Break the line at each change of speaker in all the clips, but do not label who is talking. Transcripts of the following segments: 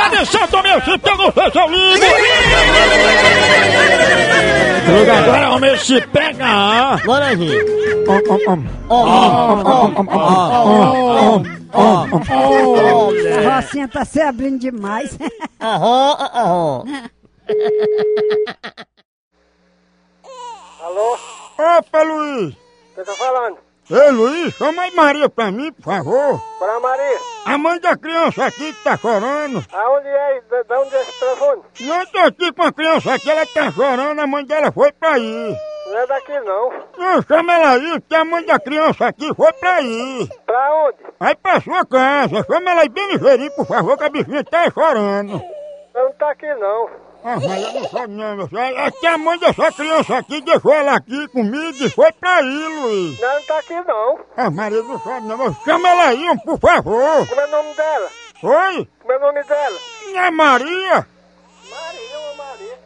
Atenção, domicílio, resolvido! Joga agora, homem, se pega! ah.
Bora ver.
A rocinha tá se abrindo demais.
Aham, aham.
Alô?
Opa, Luiz!
Quem tá falando?
Ei, Luiz, chama aí Maria pra mim, por favor.
Pra Maria.
A mãe da criança aqui que tá chorando.
Aonde é? Da da onde é esse telefone?
E eu tô aqui com a criança aqui, ela tá chorando, a mãe dela foi pra aí.
Não é daqui não.
Não, chama ela aí, porque a mãe da criança aqui foi pra aí.
Pra onde?
Aí pra sua casa, chama ela aí bem ligeirinho, por favor, que a bichinha tá chorando.
Eu não tá aqui não.
Ah, mas ela não sabe não, meu filho. É que a mãe dessa criança aqui deixou ela aqui comigo e foi pra aí, Luiz.
Não, não tá aqui não.
Ah, Maria não sabe não, mas chama ela aí, por favor.
Como é o nome dela?
Oi?
Como é o nome dela?
Minha Maria?
Maria, ô Maria.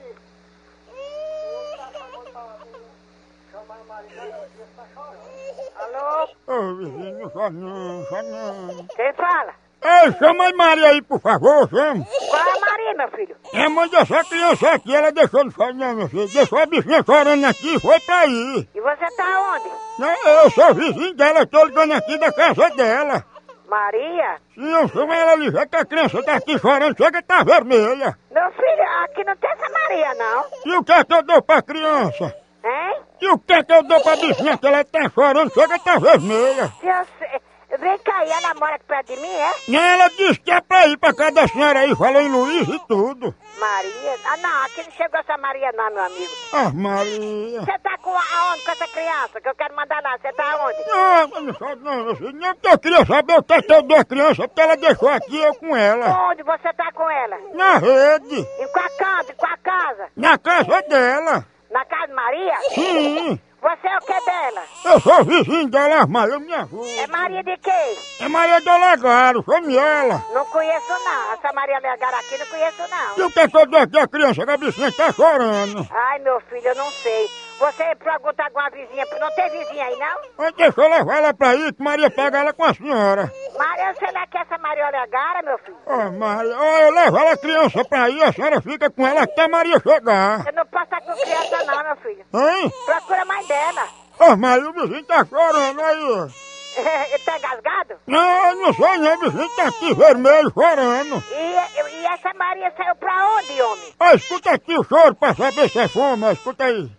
Alô?
Ô, vizinho, não chora não, chora não.
Quem fala?
Ei, chama aí Maria aí, por favor, chama.
Qual é a Maria, meu filho?
É a mãe dessa criança aqui, ela deixou de chorar, não, meu filho. Deixou a bichinha chorando aqui e foi pra aí.
E você tá onde?
Não, eu sou vizinho dela, tô ligando aqui da casa dela.
Maria?
Se eu chama ela ali, já que a criança tá aqui chorando, chega tá vermelha.
Meu filho, aqui não tem essa Maria, não.
E o que é que eu dou pra criança?
Hein?
E o que é que eu dou pra bichinha que ela tá chorando, chega tá vermelha?
Se eu sei- Vem cá, e ela mora aqui perto de mim, é?
Não, ela disse que é pra ir pra casa da senhora aí, falou em Luiz e tudo.
Maria? Ah, não, aqui não chegou essa Maria, não, meu amigo.
Ah, Maria.
Você tá com aonde com essa criança que eu quero mandar lá? Você tá aonde?
Não, Ah, não, não, não, não, não, porque eu queria saber o que é que eu dou à criança, porque ela deixou aqui eu com ela.
Onde você tá com ela?
Na rede,
Em qual casa? Em qual casa?
na casa dela.
Na casa de Maria?
Sim,
Você é o que dela?
eu sou vizinho dela, mas eu me ajudo.
É Maria de quem?
É Maria do Lagaro, chame ela.
Não conheço não. Essa Maria Legara aqui não conheço
E
não.
o que é que eu dou aqui à criança, que a bichinha tá chorando.
Ai, meu filho, eu não sei. Você pergunta alguma vizinha, não tem vizinha aí não?
Mas deixa eu levar ela pra aí, que Maria pega ela com a senhora.
Maria, sei lá que é essa Maria Legara, meu filho.
Ô, Maria, ó, eu levo ela a criança pra aí, a senhora fica com ela até Maria chegar.
Eu não posso estar com criança não, meu filho.
Hein?
Procura a mãe dela.
Ô, Maria, o bichinho tá chorando aí.
Ele tá engasgado?
Não, eu não sei não, o bichinho tá aqui vermelho, chorando.
E, e essa Maria saiu pra onde, homem?
Ó, escuta aqui o choro pra saber se é fome, ó, escuta aí.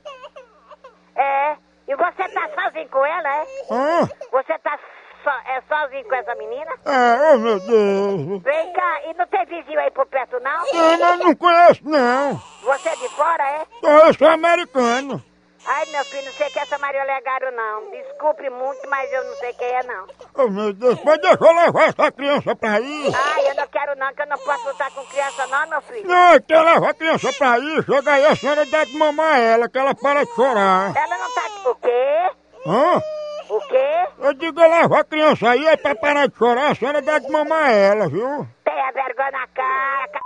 É. E você tá sozinho com ela, é?
Hã?
Você tá so, é sozinho com essa menina?
Ah, oh meu Deus.
Vem cá, e não tem vizinho aí por perto, não?
Não, mas não conheço não.
Você é de fora, é?
Só Eu sou americano.
Ai, meu filho, não sei quem é essa Maria Legaro, não. Desculpe muito, mas eu não sei quem é, não.
Oh meu Deus, mas deixa eu levar essa criança pra aí.
Ai, eu não quero, não, que eu não posso lutar com criança, não, meu filho.
Não, eu quero levar a criança pra aí, chega aí, a senhora dá de mamar ela, que ela para de chorar.
Ela não tá... O quê?
Hã?
O quê?
Eu digo, eu levo a criança aí, aí pra parar de chorar, a senhora dá de mamar ela, viu?
Tenha vergonha na cara, c...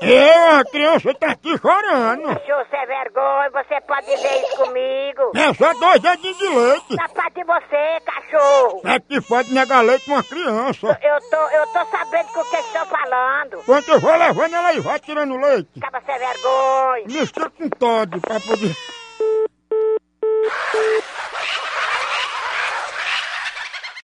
Eu, a criança tá aqui chorando.
Chu, você é vergonha, você pode dizer isso comigo.
É só dois dedinhos de leite.
Na parte de você, cachorro.
É que pode negar leite com uma criança.
Eu tô, eu tô sabendo com o que estão falando.
Quando eu vou levando ela aí, vai tirando leite.
Acaba sem vergonha.
Mistura com Todd pra poder.